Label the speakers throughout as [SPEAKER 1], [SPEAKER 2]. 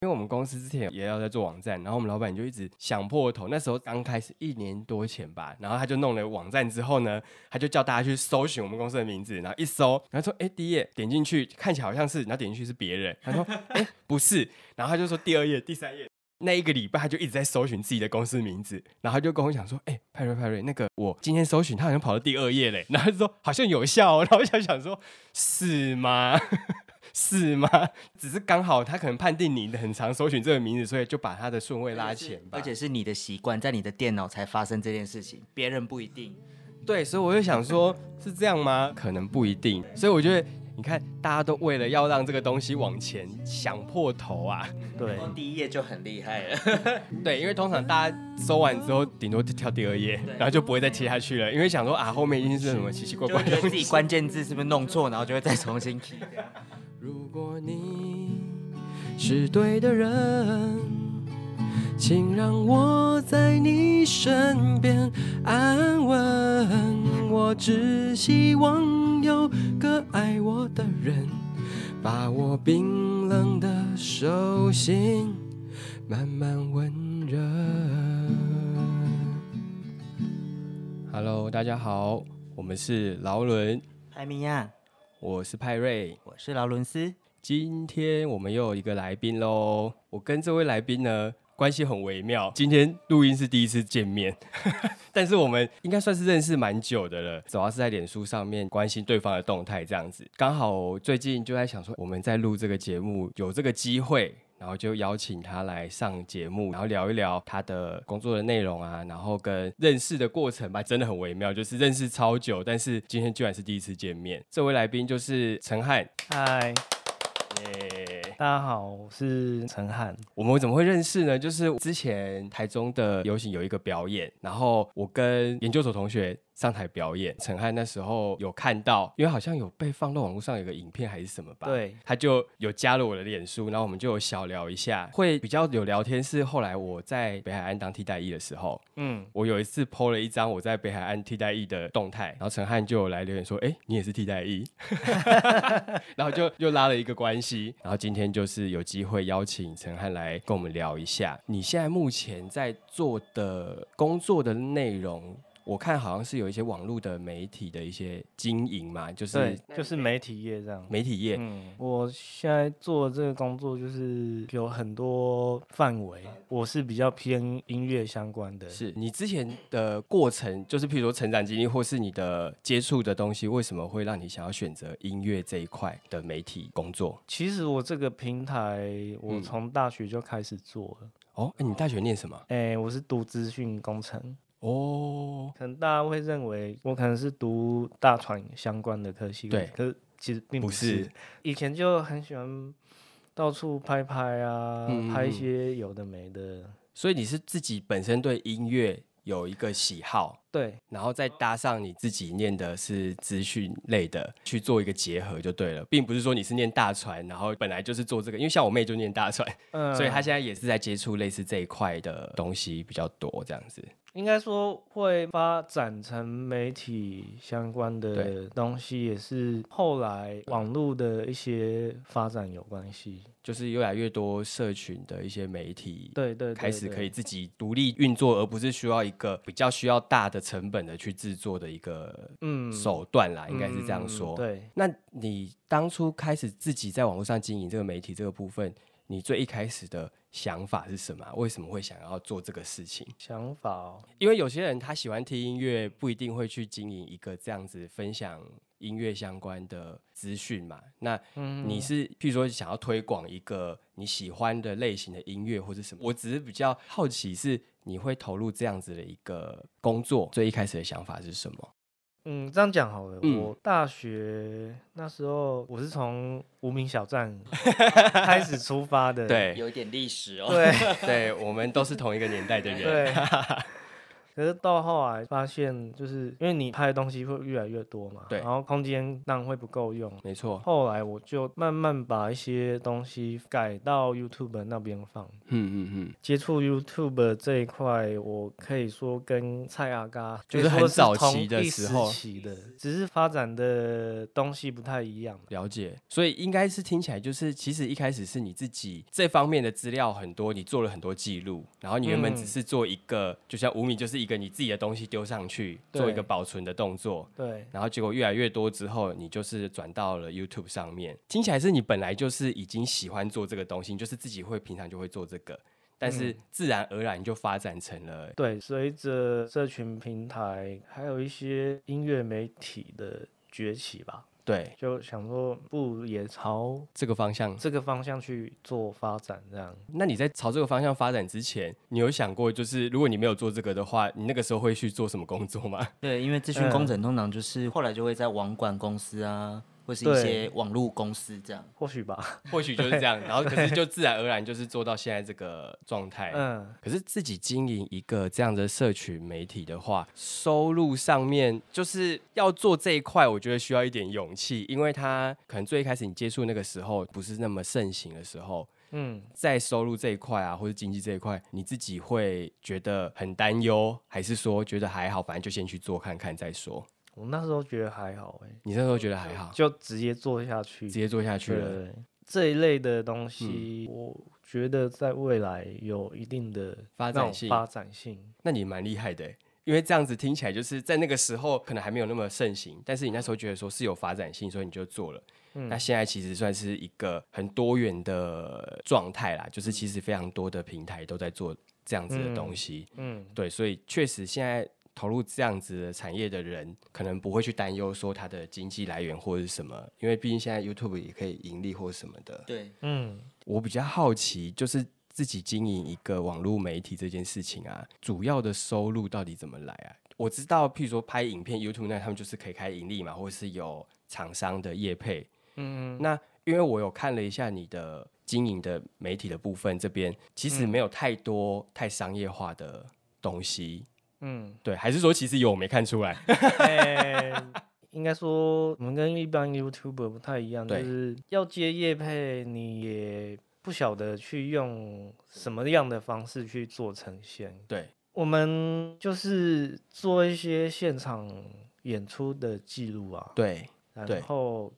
[SPEAKER 1] 因为我们公司之前也要在做网站，然后我们老板就一直想破头。那时候刚开始一年多前吧，然后他就弄了网站之后呢，他就叫大家去搜寻我们公司的名字，然后一搜，然后说：“哎，第一页点进去看起来好像是，然后点进去是别人。”他说：“哎，不是。”然后他就说：“第二页、第三页。”那一个礼拜，他就一直在搜寻自己的公司名字，然后他就跟我讲说：“哎、派瑞派瑞，那个我今天搜寻，他好像跑到第二页嘞。”然后他就说：“好像有效、哦。”然 后我想想说：“是吗？ 是吗？只是刚好他可能判定你很常搜寻这个名字，所以就把他的顺位拉前吧。
[SPEAKER 2] 而且是你的习惯，在你的电脑才发生这件事情，别人不一定。
[SPEAKER 1] 对，所以我就想说，是这样吗？可能不一定。所以我觉得，你看，大家都为了要让这个东西往前想破头啊。”
[SPEAKER 3] 对，
[SPEAKER 2] 光第一页就很厉害了。
[SPEAKER 1] 对，因为通常大家搜完之后，顶多就跳第二页，然后就不会再切下去了，因为想说啊，后面一定是什么奇奇怪
[SPEAKER 2] 就
[SPEAKER 1] 怪
[SPEAKER 2] 会
[SPEAKER 1] 的
[SPEAKER 2] 觉得
[SPEAKER 1] 东
[SPEAKER 2] 自
[SPEAKER 1] 西。
[SPEAKER 2] 己关键字是不是弄错，然后就会再重新 key 这样。
[SPEAKER 1] 如果你是对的人，请让我在你身边安稳。我只希望有个爱我的人，把我冰冷的手心慢慢温热。Hello，大家好，我们是劳伦，
[SPEAKER 2] 艾米亚，
[SPEAKER 1] 我是派瑞。
[SPEAKER 2] 我是劳伦斯。
[SPEAKER 1] 今天我们又有一个来宾喽。我跟这位来宾呢关系很微妙，今天录音是第一次见面， 但是我们应该算是认识蛮久的了，主要是在脸书上面关心对方的动态这样子。刚好最近就在想说，我们在录这个节目有这个机会。然后就邀请他来上节目，然后聊一聊他的工作的内容啊，然后跟认识的过程吧，真的很微妙，就是认识超久，但是今天居然是第一次见面。这位来宾就是陈汉，
[SPEAKER 3] 嗨，
[SPEAKER 1] 耶、
[SPEAKER 3] 大家好，我是陈汉。
[SPEAKER 1] 我们怎么会认识呢？就是之前台中的游行有一个表演，然后我跟研究所同学上台表演，陈汉那时候有看到，因为好像有被放到网络上有个影片还是什么吧，，
[SPEAKER 3] 对，
[SPEAKER 1] 他就有加了我的脸书，然后我们就有小聊一下，会比较有聊天是后来我在北海岸当替代役的时候，
[SPEAKER 3] 嗯，
[SPEAKER 1] 我有一次 PO 了一张我在北海岸替代役的动态，然后陈汉就有来留言说：“哎、你也是替代役。” 然后就又拉了一个关系。然后今天就是有机会邀请陈汉来跟我们聊一下，你现在目前在做的工作的内容，我看好像是有一些网络的媒体的一些经营嘛，就是
[SPEAKER 3] 对，就是媒体业这样。
[SPEAKER 1] 媒体业。
[SPEAKER 3] 嗯，我现在做的这个工作就是有很多范围，我是比较偏音乐相关的。
[SPEAKER 1] 是你之前的过程，就是譬如说成长经历，或是你的接触的东西，为什么会让你想要选择音乐这一块的媒体工作？
[SPEAKER 3] 其实我这个平台，我
[SPEAKER 1] 嗯
[SPEAKER 3] 从大学就开始做了。
[SPEAKER 1] 哦，哎你大学念什么？
[SPEAKER 3] 哎、我是读资讯工程，
[SPEAKER 1] 哦，
[SPEAKER 3] 可能大家会认为我可能是读大船相关的科系，
[SPEAKER 1] 对
[SPEAKER 3] 可是其实并
[SPEAKER 1] 不
[SPEAKER 3] 是。
[SPEAKER 1] 是
[SPEAKER 3] 以前就很喜欢到处拍拍啊，
[SPEAKER 1] 嗯嗯
[SPEAKER 3] 拍一
[SPEAKER 1] 嗯
[SPEAKER 3] 些有的没的。
[SPEAKER 1] 所以你是自己本身对音乐有一个喜好，
[SPEAKER 3] 对，
[SPEAKER 1] 然后再搭上你自己念的是资讯类的，去做一个结合就对了，并不是说你是念大传，然后本来就是做这个，因为像我妹就念大传，
[SPEAKER 3] 嗯，
[SPEAKER 1] 所以她现在也是在接触类似这一块的东西比较多，这样子。
[SPEAKER 3] 应该说会发展成媒体相关
[SPEAKER 1] 对
[SPEAKER 3] 的东西，也是后来网络的一些发展有关系。
[SPEAKER 1] 就是越来越多社群的一些媒体
[SPEAKER 3] 对对对
[SPEAKER 1] 开始
[SPEAKER 3] 对
[SPEAKER 1] 可以自己独立运作，而不是需要一个比较需要大的成本的去制作的一个
[SPEAKER 3] 嗯
[SPEAKER 1] 手段啦，应该是这样
[SPEAKER 3] 嗯
[SPEAKER 1] 说。
[SPEAKER 3] 对，
[SPEAKER 1] 那你当初开始自己在网络上经营这个媒体这个部分，你最一开始的想法是什么啊？为什么会想要做这个事情？
[SPEAKER 3] 想法、哦、
[SPEAKER 1] 因为有些人他喜欢听音乐，不一定会去经营一个这样子分享音乐相关的资讯嘛。那
[SPEAKER 3] 嗯
[SPEAKER 1] 你是譬如说想要推广一个你喜欢的类型的音乐或者什么？我只是比较好奇是你会投入这样子的一个工作，最一开始的想法是什么？
[SPEAKER 3] 嗯，这样讲好了。
[SPEAKER 1] 嗯
[SPEAKER 3] 我大学那时候，我是从无名小 站开始出发 的。
[SPEAKER 1] 对
[SPEAKER 2] 有点历史哦。
[SPEAKER 3] 对，
[SPEAKER 1] 对，我们都是同一个年代的人。
[SPEAKER 3] 对。可是到后来发现，就是因为你拍的东西会越来越多嘛，
[SPEAKER 1] 对
[SPEAKER 3] 然后空间当然会不够用。
[SPEAKER 1] 没错，
[SPEAKER 3] 后来我就慢慢把一些东西改到 YouTube 那边放。
[SPEAKER 1] 嗯嗯嗯，
[SPEAKER 3] 接触 YouTube 这一块，我可以说跟蔡阿嘎
[SPEAKER 1] 就是很
[SPEAKER 3] 可以说
[SPEAKER 1] 早
[SPEAKER 3] 同
[SPEAKER 1] 期的
[SPEAKER 3] 一
[SPEAKER 1] 时
[SPEAKER 3] 时
[SPEAKER 1] 候
[SPEAKER 3] 期的，只是发展的东西不太一样。
[SPEAKER 1] 了解。所以应该是听起来就是，其实一开始是你自己这方面的资料很多，你做了很多记录，然后你原本只
[SPEAKER 3] 嗯
[SPEAKER 1] 是做一个，就像五米就是一个你自己的东西丢上去，做一个
[SPEAKER 3] 对
[SPEAKER 1] 保存的动作，
[SPEAKER 3] 对，
[SPEAKER 1] 然后结果越来越多之后，你就是转到了 YouTube 上面。听起来是你本来就是已经喜欢做这个东西，你就是自己会平常就会做这个，但是自然而然就发展成了。
[SPEAKER 3] 对，随着社群平台还有一些音乐媒体的崛起吧，
[SPEAKER 1] 对
[SPEAKER 3] 就想说不如也朝
[SPEAKER 1] 这个方向，
[SPEAKER 3] 这个方向去做发展，这样。
[SPEAKER 1] 那你在朝这个方向发展之前，你有想过，就是如果你没有做这个的话，你那个时候会去做什么工作吗？
[SPEAKER 2] 对，因为资讯工程通常就是后来就会在网管公司啊，或是一
[SPEAKER 3] 对
[SPEAKER 2] 些网络公司这样。
[SPEAKER 3] 或许吧，
[SPEAKER 1] 或许就是这样，然后可是就自然而然就是做到现在这个状态。
[SPEAKER 3] 嗯，
[SPEAKER 1] 可是自己经营一个这样的社群媒体的话，收入上面就是要做这一块，我觉得需要一点勇气，因为它可能最一开始你接触那个时候不是那么盛行的时候，
[SPEAKER 3] 嗯，
[SPEAKER 1] 在收入这一块啊，或者经济这一块，你自己会觉得很担忧，还是说觉得还好，反正就先去做看看再说？
[SPEAKER 3] 我那时候觉得还好、欸，
[SPEAKER 1] 你那时候觉得还好，
[SPEAKER 3] 就直接做下去
[SPEAKER 1] 直。接做下去嗯
[SPEAKER 3] 对
[SPEAKER 1] 了，
[SPEAKER 3] 对，这一类的东西，我觉得在未来有一定的
[SPEAKER 1] 发
[SPEAKER 3] 那
[SPEAKER 1] 展
[SPEAKER 3] 种
[SPEAKER 1] 性
[SPEAKER 3] 发展性。
[SPEAKER 1] 那你蛮厉害的欸。因为这样子听起来就是在那个时候可能还没有那么盛行，但是你那时候觉得说是有发展性，所以你就做了。
[SPEAKER 3] 嗯
[SPEAKER 1] 那现在其实算是一个很多元的状态啦，就是其实非常多的平台都在做这样子的东西，
[SPEAKER 3] 嗯，
[SPEAKER 1] 对，所以确实现在投入这样子的产业的人，可能不会去担忧说它的经济来源或者是什么，因为毕竟现在 YouTube 也可以盈利或什么的。
[SPEAKER 2] 对，
[SPEAKER 3] 嗯，
[SPEAKER 1] 我比较好奇就是。自己经营一个网络媒体这件事情啊，主要的收入到底怎么来啊？我知道，譬如说拍影片 YouTube 那他们就是可以开盈利嘛，或是有厂商的业配，
[SPEAKER 3] 嗯，
[SPEAKER 1] 那因为我有看了一下你的经营的媒体的部分，这边其实没有太多太商业化的东西。
[SPEAKER 3] 嗯，
[SPEAKER 1] 对，还是说其实有我没看出来？
[SPEAKER 3] 哎应该说我们跟一般 YouTuber 不太一样，就
[SPEAKER 1] 对
[SPEAKER 3] 是要接业配，你也不晓得去用什么样的方式去做呈现。
[SPEAKER 1] 对，
[SPEAKER 3] 我们就是做一些现场演出的记录啊，
[SPEAKER 1] 对，对
[SPEAKER 3] 然后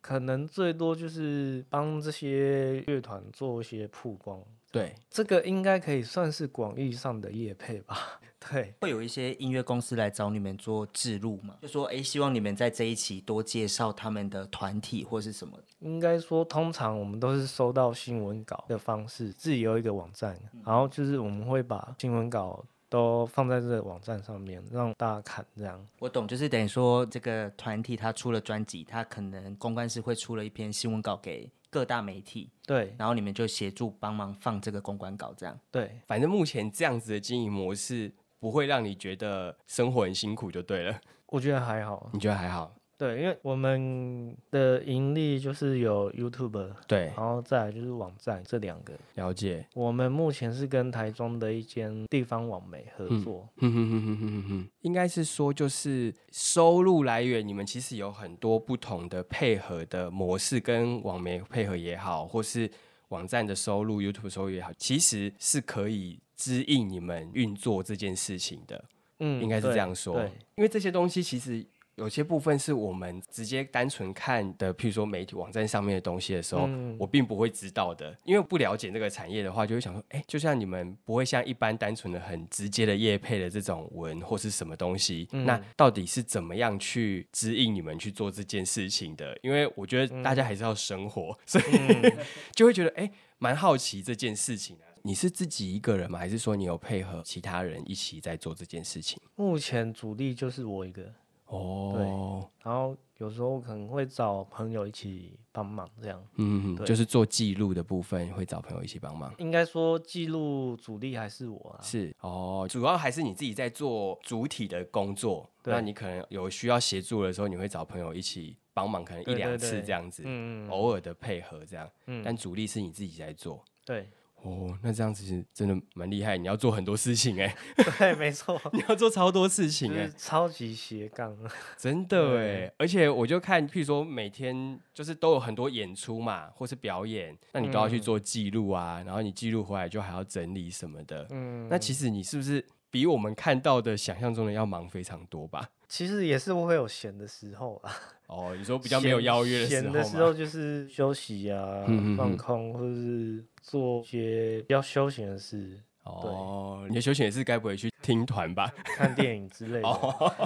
[SPEAKER 3] 可能最多就是帮这些乐团做一些曝光，
[SPEAKER 1] 对，
[SPEAKER 3] 这个应该可以算是广义上的业配吧？ 对，
[SPEAKER 2] 会有一些音乐公司来找你们做制录嘛，就说哎，希望你们在这一期多介绍他们的团体或是什么。
[SPEAKER 3] 应该说，通常我们都是收到新闻稿的方式，自己有一个网站，然后就是我们会把新闻稿都放在这个网站上面，让大家看这样。
[SPEAKER 2] 我懂，就是等于说这个团体他出了专辑，他可能公关是会出了一篇新闻稿给各大媒体，
[SPEAKER 3] 对
[SPEAKER 2] 然后你们就协助帮忙放这个公关稿这样。
[SPEAKER 3] 对，
[SPEAKER 1] 反正目前这样子的经营模式不会让你觉得生活很辛苦就对了。
[SPEAKER 3] 我觉得还好。
[SPEAKER 1] 你觉得还好？
[SPEAKER 3] 对，因为我们的盈利就是有 YouTube，
[SPEAKER 1] 对
[SPEAKER 3] 然，后再来就是网站这两个。
[SPEAKER 1] 了解。
[SPEAKER 3] 我们目前是跟台中的一间地方网媒合
[SPEAKER 1] 嗯
[SPEAKER 3] 作。
[SPEAKER 1] 哼哼哼哼哼哼哼，应该是说就是收入来源，你们其实有很多不同的配合的模式，跟网媒配合也好，或是网站的收入、YouTube 收入也好，其实是可以支应你们运作这件事情的，
[SPEAKER 3] 嗯
[SPEAKER 1] 应该是
[SPEAKER 3] 对
[SPEAKER 1] 这样说
[SPEAKER 3] 对，。
[SPEAKER 1] 因为这些东西其实。有些部分是我们直接单纯看的，譬如说媒体网站上面的东西的时候，
[SPEAKER 3] 嗯
[SPEAKER 1] 我并不会知道的，因为不了解这个产业的话，就会想说，哎、就像你们不会像一般单纯的很直接的业配的这种文或是什么东西，
[SPEAKER 3] 嗯
[SPEAKER 1] 那到底是怎么样去指引你们去做这件事情的？因为我觉
[SPEAKER 3] 嗯
[SPEAKER 1] 得大家还是要生活， 所以、 就会觉得，哎、蛮好奇这件事情、啊。你是自己一个人吗？还是说你有配合其他人一起在做这件事情？
[SPEAKER 3] 目前主力就是我一个，
[SPEAKER 1] 哦，
[SPEAKER 3] 然后有时候可能会找朋友一起帮忙这样。
[SPEAKER 1] 嗯，
[SPEAKER 3] 对
[SPEAKER 1] 就是做记录的部分会找朋友一起帮忙。
[SPEAKER 3] 应该说记录主力还是我啊。
[SPEAKER 1] 是哦，主要还是你自己在做主体的工作，
[SPEAKER 3] 对
[SPEAKER 1] 那你可能有需要协助的时候，你会找朋友一起帮忙，可能一
[SPEAKER 3] 对对
[SPEAKER 1] 两次
[SPEAKER 3] 对
[SPEAKER 1] 这样子，
[SPEAKER 3] 嗯，
[SPEAKER 1] 偶尔的配合这样，
[SPEAKER 3] 嗯
[SPEAKER 1] 但主力是你自己在做。
[SPEAKER 3] 对，
[SPEAKER 1] 哦，那这样子是真的蛮厉害，你要做很多事情哎、
[SPEAKER 3] 对，没错，
[SPEAKER 1] 你要做超多事
[SPEAKER 3] 就
[SPEAKER 1] 情哎、
[SPEAKER 3] 是超级斜杠。
[SPEAKER 1] 真的哎
[SPEAKER 3] 对，
[SPEAKER 1] 而且我就看，譬如说每天就是都有很多演出嘛，或是表演，那你都要去
[SPEAKER 3] 嗯
[SPEAKER 1] 做记录啊，然后你记录回来就还要整理什么的。
[SPEAKER 3] 嗯，
[SPEAKER 1] 那其
[SPEAKER 3] 实
[SPEAKER 1] 实你是不是比我们看到的想象中的要忙非常多吧？
[SPEAKER 3] 其实也是会有闲的时候啊，
[SPEAKER 1] 哦，你说比较没有邀约
[SPEAKER 3] 闲闲的
[SPEAKER 1] 的
[SPEAKER 3] 时
[SPEAKER 1] 时候
[SPEAKER 3] 候
[SPEAKER 1] 吗？
[SPEAKER 3] 就是休息啊
[SPEAKER 1] 嗯嗯嗯，
[SPEAKER 3] 放空，或者是做一些比较休闲的事，
[SPEAKER 1] 哦，你的休闲也是该不会去听团吧？
[SPEAKER 3] 看电影之类的。
[SPEAKER 1] 哦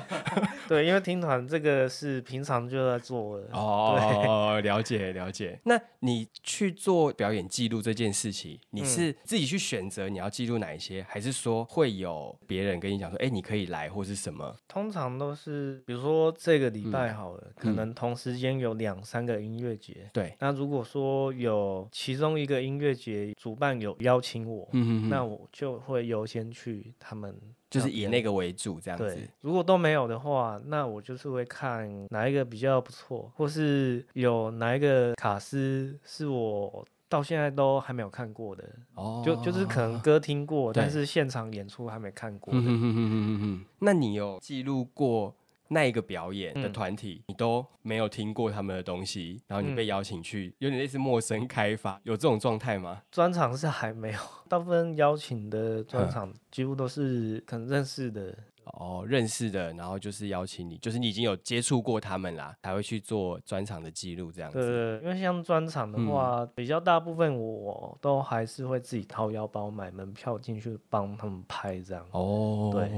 [SPEAKER 3] 对，因为听团这个是平常就在做 的。
[SPEAKER 1] 哦，了解了解。那你去做表演记录这件事情，你
[SPEAKER 3] 嗯
[SPEAKER 1] 是自己去选择你要记录哪一些，还是说会有别人跟你讲说，哎，你可以来或是什么？
[SPEAKER 3] 通常都是，比如说这个礼拜好了，可
[SPEAKER 1] 嗯
[SPEAKER 3] 能同时间有两三个音乐节。
[SPEAKER 1] 对，
[SPEAKER 3] 那如果说有其中一个音乐节主办有邀请我，
[SPEAKER 1] 嗯
[SPEAKER 3] 那我就会优先去他们
[SPEAKER 1] 就
[SPEAKER 3] 那边。
[SPEAKER 1] 是以那个为主这样
[SPEAKER 3] 对
[SPEAKER 1] 子。，
[SPEAKER 3] 如果都没有的话，那我就是会看哪一个比较不错，或是有哪一个卡司是我到现在都还没有看过的，
[SPEAKER 1] 哦
[SPEAKER 3] 就就是可能歌听过，但
[SPEAKER 1] 对
[SPEAKER 3] 是现场演出还没看过
[SPEAKER 1] 嗯
[SPEAKER 3] 的。
[SPEAKER 1] 哼哼哼哼哼哼那你有记录过那一个表演
[SPEAKER 3] 嗯
[SPEAKER 1] 的团体，你都没有听过他们的东西，然
[SPEAKER 3] 嗯
[SPEAKER 1] 后你被邀请去，有点类似陌生开发，有这种状态吗？
[SPEAKER 3] 专场是还没有， 大部分邀请的专场几乎都是可能认识的，
[SPEAKER 1] 哦，认识的，然后就是邀请你，就是你已经有接触过他们啦，才会去做专场的记录这样
[SPEAKER 3] 对
[SPEAKER 1] 子。
[SPEAKER 3] 对，对因为像专场的话，比较大部分我都还是会自己掏腰包买门票进去帮他们拍这样。
[SPEAKER 1] 哦，
[SPEAKER 3] 对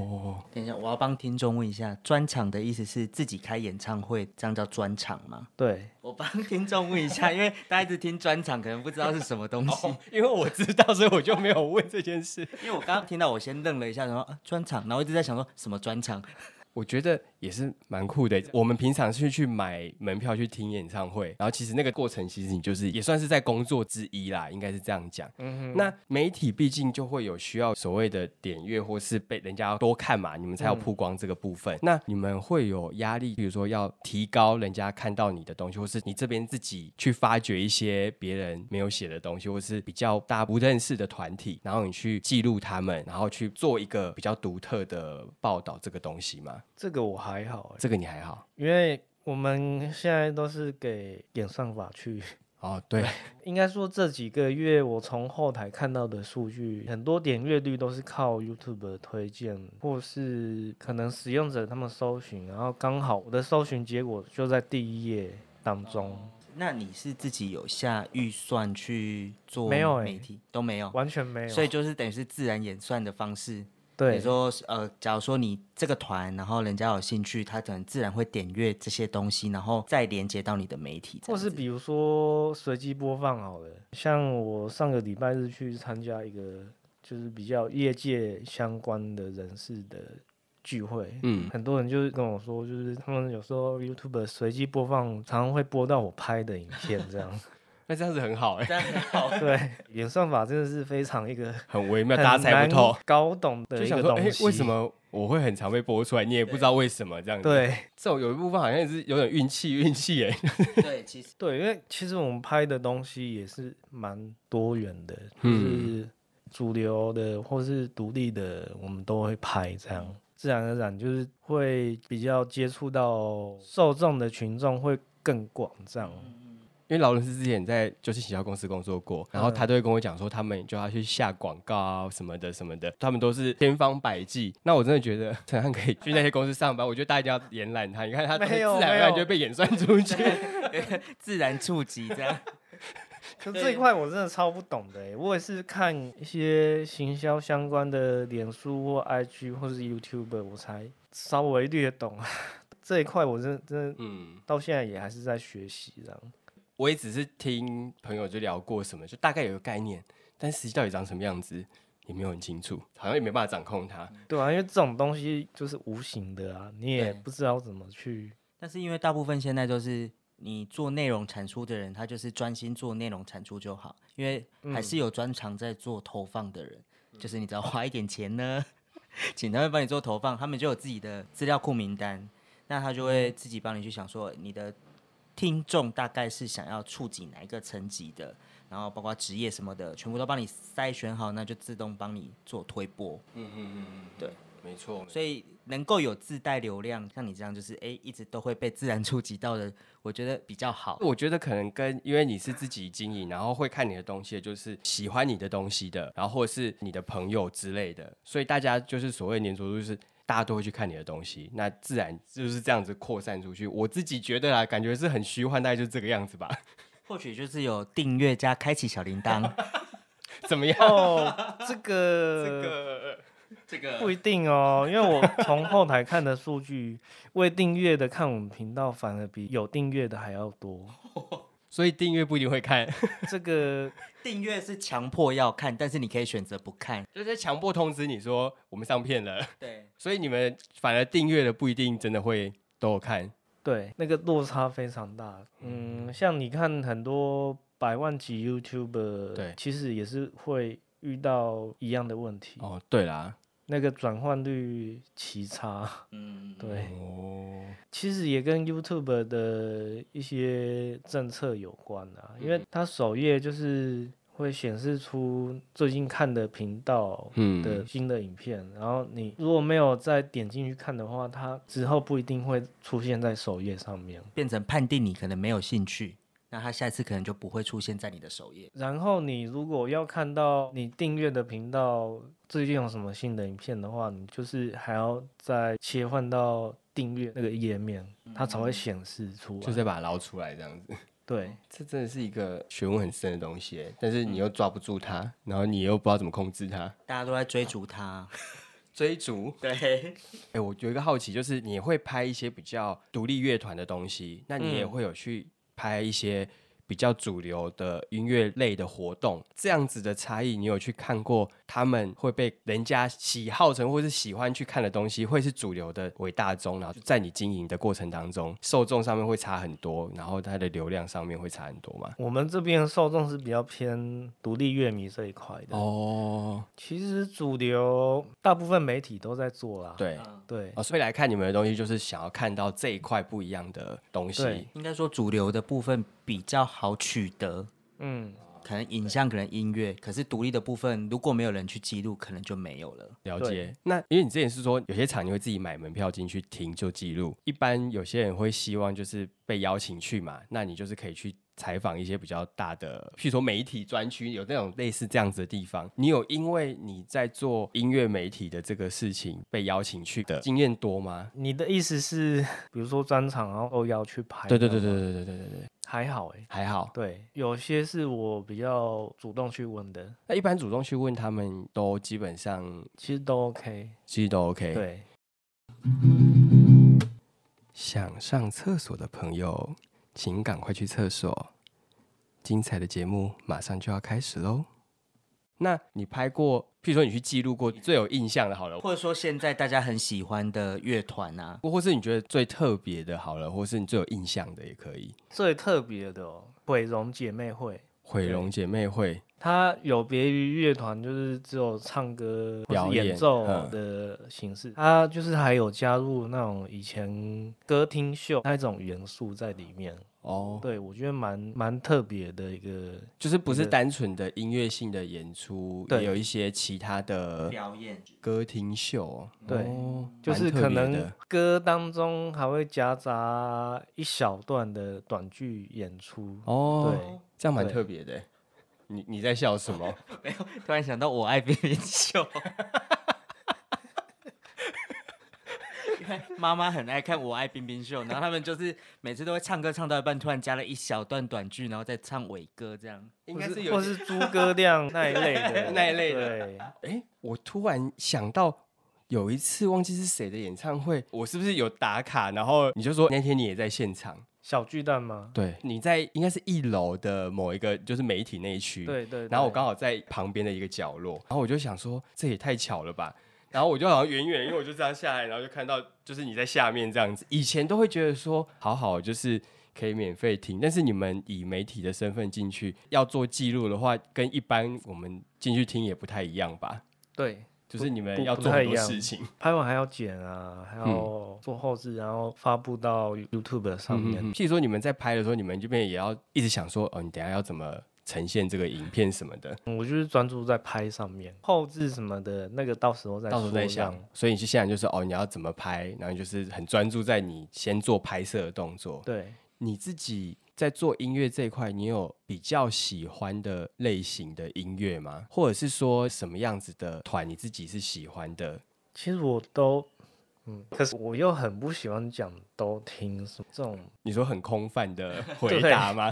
[SPEAKER 2] 等一下，我要帮听众问一下，专场的意思是自己开演唱会，这样叫专场吗？
[SPEAKER 3] 对，
[SPEAKER 2] 我帮听众问 一下，因为大家一直听专场，可能不知道是什么东 西。
[SPEAKER 3] 哦
[SPEAKER 1] 因为我知道，所以我就没有问这件事。
[SPEAKER 2] 因为我刚刚听到，我先愣了一下，然后啊专场，然后一直在想说什么专场。
[SPEAKER 1] 我觉得也是蛮酷的。我们平常是去买门票去听演唱会，然后其实那个过程其实你就是也算是在工作之一啦，应该是这样讲。
[SPEAKER 3] 嗯
[SPEAKER 1] 那媒体毕竟就会有需要所谓的点阅或是被人家多看嘛，你们才有曝光这个部分。那你们会有压力，比如说要提高人家看到你的东西，或是你这边自己去发掘一些别人没有写的东西，或是比较大家不认识的团体，然后你去记录他们，然后去做一个比较独特的报道这个东西吗？
[SPEAKER 3] 这个我还好、欸，
[SPEAKER 1] 这个你还好
[SPEAKER 3] 因为我们现在都是给演算法去。
[SPEAKER 1] 哦，对，
[SPEAKER 3] 应该说这几个月我从后台看到的数据，很多点阅率都是靠 YouTube 的推荐，或是可能使用者他们搜寻，然后刚好我的搜寻结果就在第一页当中，
[SPEAKER 2] 那你是自己有下预算去做
[SPEAKER 3] 没有欸
[SPEAKER 2] 媒体都没有，
[SPEAKER 3] 完全没有。
[SPEAKER 2] 所以就是等于是自然演算的方式。比
[SPEAKER 3] 对
[SPEAKER 2] 如，说呃，假如说你这个团，然后人家有兴趣，他可能自然会点阅这些东西，然后再连接到你的媒体这
[SPEAKER 3] 或
[SPEAKER 2] 样子。
[SPEAKER 3] 是比如说随机播放好了，像我上个礼拜日去参加一个就是比较业界相关的人士的聚会，
[SPEAKER 1] 嗯，
[SPEAKER 3] 很多人就是跟我说，就是他们有时候 YouTube 随机播放，常常会播到我拍的影片 这样。
[SPEAKER 1] 那这样子很好
[SPEAKER 3] 欸
[SPEAKER 1] 哎、
[SPEAKER 2] 这样很好。
[SPEAKER 3] 对，演算法真的是非常一个
[SPEAKER 1] 很微妙，
[SPEAKER 3] 很
[SPEAKER 1] 大家猜
[SPEAKER 3] 难
[SPEAKER 1] 不透，
[SPEAKER 3] 搞懂的
[SPEAKER 1] 就
[SPEAKER 3] 一
[SPEAKER 1] 想
[SPEAKER 3] 个
[SPEAKER 1] 说，
[SPEAKER 3] 东
[SPEAKER 1] 哎、
[SPEAKER 3] 西。
[SPEAKER 1] 为什？么我会很常被播出来？你也不知道为什么这样子。
[SPEAKER 3] 对
[SPEAKER 1] 这种有一部分好像也是有点运气，运气哎。
[SPEAKER 2] 对，其 实
[SPEAKER 3] 对，因为其实我们拍的东西也是蛮多元的，就
[SPEAKER 1] 嗯
[SPEAKER 3] 是主流的或是独立的，我们都会拍这样。自然而然就是会比较接触到受众的群众会更广这样。
[SPEAKER 1] 因为劳伦斯之前在就是行销公司工作过，然后他
[SPEAKER 3] 嗯
[SPEAKER 1] 都会跟我讲说，他们就要去下广告啊什么的什么的，他们都是千方百计。那我真的觉得陈汉可以去那些公司上班，我觉得大家一定要延揽他。你看他自
[SPEAKER 3] 没有
[SPEAKER 1] 然而然就被演算出 去。
[SPEAKER 2] 自然触及这样。
[SPEAKER 3] 可这一块我真的超不懂的欸，我也是看一些行销相关的脸书或 IG 或是 YouTube，我才稍微略懂 这一块。我真的真的
[SPEAKER 1] 嗯，
[SPEAKER 3] 到现在也还是在学习这样。
[SPEAKER 1] 我也只是听朋友就聊过什么，就大概有个概念，但实际到底长什么样子也没有很清楚，好像也没办法掌控它。
[SPEAKER 3] 对啊，因为这种东西就是无形的啊，你也
[SPEAKER 2] 对
[SPEAKER 3] 不知道怎么去。
[SPEAKER 2] 但是因为大部分现在都是你做内容产出的人，他就是专心做内容产出就好，因为还是有专长在做投放的人，就是你只要花一点钱呢， 请他们帮你做投放，他们就有自己的资料库名单，那他就会自己帮你去想说你的。听众大概是想要触及哪一个层级的，然后包括职业什么的，全部都帮你筛选好，那就自动帮你做推播。
[SPEAKER 1] 嗯嗯嗯嗯，
[SPEAKER 2] 对，
[SPEAKER 1] 没错。
[SPEAKER 2] 所以能够有自带流量，像你这样就是哎、一直都会被自然触及到的， 我觉得比较好。
[SPEAKER 1] 我觉得可能跟因为你是自己经营，然后会看你的东西的，就是喜欢你的东西的，然后或者是你的朋友之类的，所以大家就是所谓粘着度，就是大家都会去看你的东西，那自然就是这样子扩散出去。我自己觉得啦，感觉是很虚幻，大概就是这个样子吧。
[SPEAKER 2] 或许就是有订阅加开启小铃铛，
[SPEAKER 1] 怎么样？
[SPEAKER 3] 哦，这个
[SPEAKER 1] 这个这
[SPEAKER 3] 不
[SPEAKER 1] 个
[SPEAKER 3] 一定哦，因为我从后台看的数据，未订阅的看我们频道反而比有订阅的还要多。
[SPEAKER 1] 所以订阅不一定会看，
[SPEAKER 3] 这个
[SPEAKER 2] 订阅是强迫要看，但是你可以选择不看。
[SPEAKER 1] 就是强迫通知你说我们上片了，
[SPEAKER 2] 对，
[SPEAKER 1] 所以你们反而订阅的不一定真的会都有看。
[SPEAKER 3] 对那个落差非常大。嗯，像你看很多百万级 YouTuber，
[SPEAKER 1] 对
[SPEAKER 3] 其实也是会遇到一样的问题，
[SPEAKER 1] 哦，对啦，
[SPEAKER 3] 那个转换率奇差。
[SPEAKER 2] 嗯，
[SPEAKER 3] 对，
[SPEAKER 1] 哦，
[SPEAKER 3] 其实也跟 YouTube 的一些政策有关啊，因
[SPEAKER 1] 嗯
[SPEAKER 3] 为它首页就是会显示出最近看的频道
[SPEAKER 1] 嗯
[SPEAKER 3] 的新的影片，然后你如果没有再点进去看的话，它之后不一定会出现在首页上面。
[SPEAKER 2] 变成判定你可能没有兴趣，那他下次可能就不会出现在你的首页。
[SPEAKER 3] 然后你如果要看到你订阅的频道最近有什么新的影片的话，你就是还要再切换到订阅那个页面，它才会显示出
[SPEAKER 1] 嗯就
[SPEAKER 3] 来。
[SPEAKER 1] 再把它捞出来这样子。
[SPEAKER 3] 对，
[SPEAKER 1] 这真的是一个学问很深的东西耶，但是你又抓不住它，然后你又不知道怎么控制它，
[SPEAKER 2] 大家都在追逐他，
[SPEAKER 1] 追逐。
[SPEAKER 2] 对，
[SPEAKER 1] 哎、我有一个好奇，就是你会拍一些比较独立乐团的东西，那你也
[SPEAKER 3] 嗯
[SPEAKER 1] 会有去拍一些比较主流的音乐类的活动，这样子的差异，你有去看过他们会被人家喜好成或是喜欢去看的东西，会是主流的为大宗，然后就在你经营的过程当中，受众上面会差很多，然后它的流量上面会差很多嘛？
[SPEAKER 3] 我们这边的受众是比较偏独立乐迷这一块的。
[SPEAKER 1] 哦，
[SPEAKER 3] 其实主流大部分媒体都在做啦。
[SPEAKER 1] 对。
[SPEAKER 3] 对
[SPEAKER 1] 哦，所以来看你们的东西，就是想要看到这一块不一样的东西
[SPEAKER 3] 对。
[SPEAKER 2] 应该说主流的部分比较好取得，
[SPEAKER 3] 嗯，
[SPEAKER 2] 可能影像，可能音乐，可是独立的部分如果没有人去记录，可能就没有了。
[SPEAKER 1] 了解。那因为你之前是说有些场你会自己买门票进去听就记录，一般有些人会希望就是被邀请去嘛，那你就是可以去采访一些比较大的，譬如说媒体专区有那种类似这样子的地方。你有因为你在做音乐媒体的这个事情被邀请去的经验多吗？
[SPEAKER 3] 你的意思是，比如说专场，然后都要去拍？
[SPEAKER 1] 对对对对，对对对对对，
[SPEAKER 3] 还好哎、
[SPEAKER 1] 还好。
[SPEAKER 3] 对，有些是我比较主动去问的，
[SPEAKER 1] 那一般主动去问他们，都基本上
[SPEAKER 3] 其实都 OK。
[SPEAKER 1] 其实都 OK。
[SPEAKER 3] 对，
[SPEAKER 1] 想上厕所的朋友，请赶快去厕所。精彩的节目马上就要开始喽。那你拍过，譬如说你去记录过最有印象的，好了，
[SPEAKER 2] 或者说现在大家很喜欢的乐团啊，
[SPEAKER 1] 或或是你觉得最特别的，好了，或是你最有印象的也可以。
[SPEAKER 3] 最特别的哦，毁容姐妹会。
[SPEAKER 1] 毁容姐妹会，
[SPEAKER 3] 它有别于乐团，就是只有唱歌、或
[SPEAKER 1] 表
[SPEAKER 3] 是
[SPEAKER 1] 演
[SPEAKER 3] 演奏
[SPEAKER 1] 嗯
[SPEAKER 3] 的形式。它就是还有加入那种以前歌厅秀那一种元素在里面。
[SPEAKER 1] 哦，
[SPEAKER 3] 对，我觉得蛮蛮特别的一个，
[SPEAKER 1] 就是不是
[SPEAKER 3] 对
[SPEAKER 1] 单纯的音乐性的演出，也
[SPEAKER 3] 对
[SPEAKER 1] 有一些其他的
[SPEAKER 2] 表演
[SPEAKER 1] 歌厅秀哦，
[SPEAKER 3] 对
[SPEAKER 1] 哦
[SPEAKER 3] 就是
[SPEAKER 1] 蛮特
[SPEAKER 3] 可
[SPEAKER 1] 别
[SPEAKER 3] 能
[SPEAKER 1] 的
[SPEAKER 3] 歌当中还会夹杂一小段的短剧演出。
[SPEAKER 1] 哦，
[SPEAKER 3] 对，
[SPEAKER 1] 这样蛮
[SPEAKER 3] 对
[SPEAKER 1] 特别的。你你在笑什么？
[SPEAKER 2] 突然想到我爱边边秀， 因为妈妈很爱看我爱边边秀，然后他们就是每次都会唱歌唱到一半，突然加了一小段短句，然后再唱尾歌这样。
[SPEAKER 1] 应
[SPEAKER 3] 或
[SPEAKER 1] 该是
[SPEAKER 3] 是
[SPEAKER 1] 有
[SPEAKER 3] 或是诸葛亮那一类 的
[SPEAKER 1] 那一类的
[SPEAKER 3] 对，
[SPEAKER 1] 哎，我突然想到有一次忘记是谁的演唱会，我是不是有打卡？然后你就说那天你也在现场，
[SPEAKER 3] 小巨蛋吗？
[SPEAKER 1] 对，你在应该是一楼的某一个就是媒体那一区，
[SPEAKER 3] 对对。
[SPEAKER 1] 然后我
[SPEAKER 3] 对
[SPEAKER 1] 刚好在旁边的一个角落，然后我就想说这也太巧了吧。然后我就好像远远，因为我就这样下来，然后就看到就是你在下面这样子。以前都会觉得说好好，就是可以免费听，但是你们以媒体的身份进去要做记录的话，跟一般我们进去听也不太一样吧？
[SPEAKER 3] 对
[SPEAKER 1] 就是你们
[SPEAKER 3] 不
[SPEAKER 1] 要
[SPEAKER 3] 不
[SPEAKER 1] 做
[SPEAKER 3] 太
[SPEAKER 1] 很
[SPEAKER 3] 一
[SPEAKER 1] 多
[SPEAKER 3] 样
[SPEAKER 1] 事情。
[SPEAKER 3] 拍完还要剪啊，还要做后置，然后发布到 YouTube 上
[SPEAKER 1] 嗯
[SPEAKER 3] 面。
[SPEAKER 1] 嗯嗯譬如说你们在拍的时候，你们这边也要一直想说，哦，你等一下要怎么呈现这个影片什么的，
[SPEAKER 3] 我就是专注在拍上面，后置什么的那个到时候再
[SPEAKER 1] 到时候再
[SPEAKER 3] 说这样
[SPEAKER 1] 想。所以你就现在就是哦，你要怎么拍，然后你就是很专注在你先做拍摄的动作。
[SPEAKER 3] 对，
[SPEAKER 1] 你自己在做音乐这一块，你有比较喜欢的类型的音乐吗？或者是说什么样子的团你自己是喜欢的？
[SPEAKER 3] 其实我都，嗯，可是我又很不喜欢讲都听什么这种。
[SPEAKER 1] 你说很空泛 的回答吗？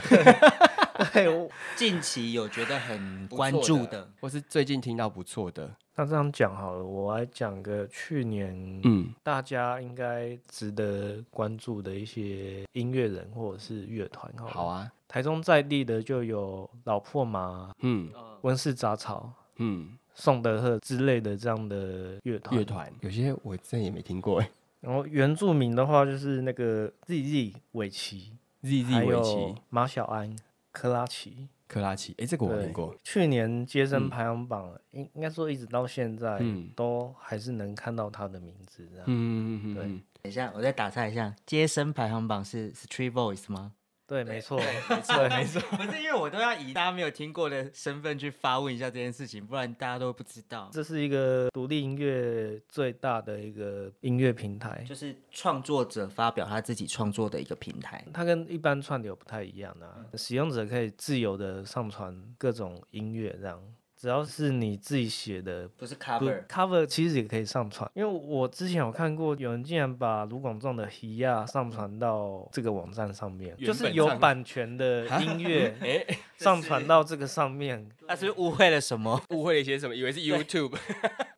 [SPEAKER 3] 对，我
[SPEAKER 2] 近期有觉得很
[SPEAKER 1] 不错
[SPEAKER 2] 关注的，
[SPEAKER 1] 或是最近听到不错的？
[SPEAKER 3] 那这样讲好了，我来讲个去年
[SPEAKER 1] 嗯，
[SPEAKER 3] 大家应该值得关注的一些音乐人或者是乐团。好了
[SPEAKER 1] 好啊，
[SPEAKER 3] 台中在地的就有老破麻、
[SPEAKER 1] 嗯
[SPEAKER 3] 温室杂草、
[SPEAKER 1] 嗯，
[SPEAKER 3] 宋德赫之类的这样的乐团
[SPEAKER 1] 乐。团有些我真的也没听过哎
[SPEAKER 3] 然后原住民的话就是那个 ZZ 韦奇，
[SPEAKER 1] ，Z Z
[SPEAKER 3] 还
[SPEAKER 1] 围
[SPEAKER 3] 有
[SPEAKER 1] 棋、
[SPEAKER 3] 马小安、克拉奇。
[SPEAKER 1] 克拉奇，哎，这个我
[SPEAKER 3] 对
[SPEAKER 1] 听过。
[SPEAKER 3] 去年接生排行榜，应、应该说一直到现在、
[SPEAKER 1] 嗯
[SPEAKER 3] 都还是能看到他的名字这样。
[SPEAKER 1] 嗯嗯嗯嗯嗯，
[SPEAKER 2] 等一下我再打岔一下，接生排行榜是 Street Voice 吗？
[SPEAKER 3] 对，没错，
[SPEAKER 2] 没错， 没错，不是因为我都要以大家没有听过的身份去发问一下这件事情，不然大家都不知道。
[SPEAKER 3] 这是一个独立音乐最大的一个音乐平台。
[SPEAKER 2] 就是创作者发表他自己创作的一个平台，
[SPEAKER 3] 它跟一般串流不太一样啊，使用者可以自由的上传各种音乐，这样只要是你自己写的，
[SPEAKER 2] 不是
[SPEAKER 3] 不
[SPEAKER 2] cover，
[SPEAKER 3] cover 其实也可以上传。因为我之前有看过有人竟然把卢广仲的《希亚》上传到这个网站上面，
[SPEAKER 1] 原
[SPEAKER 3] 就
[SPEAKER 1] 本
[SPEAKER 3] 是有
[SPEAKER 1] 上
[SPEAKER 3] 版权的音乐
[SPEAKER 1] 哎，
[SPEAKER 3] 上传到这个上面。
[SPEAKER 2] 他是不是误会了什么？
[SPEAKER 1] 误会了一些什么，以为是 YouTube。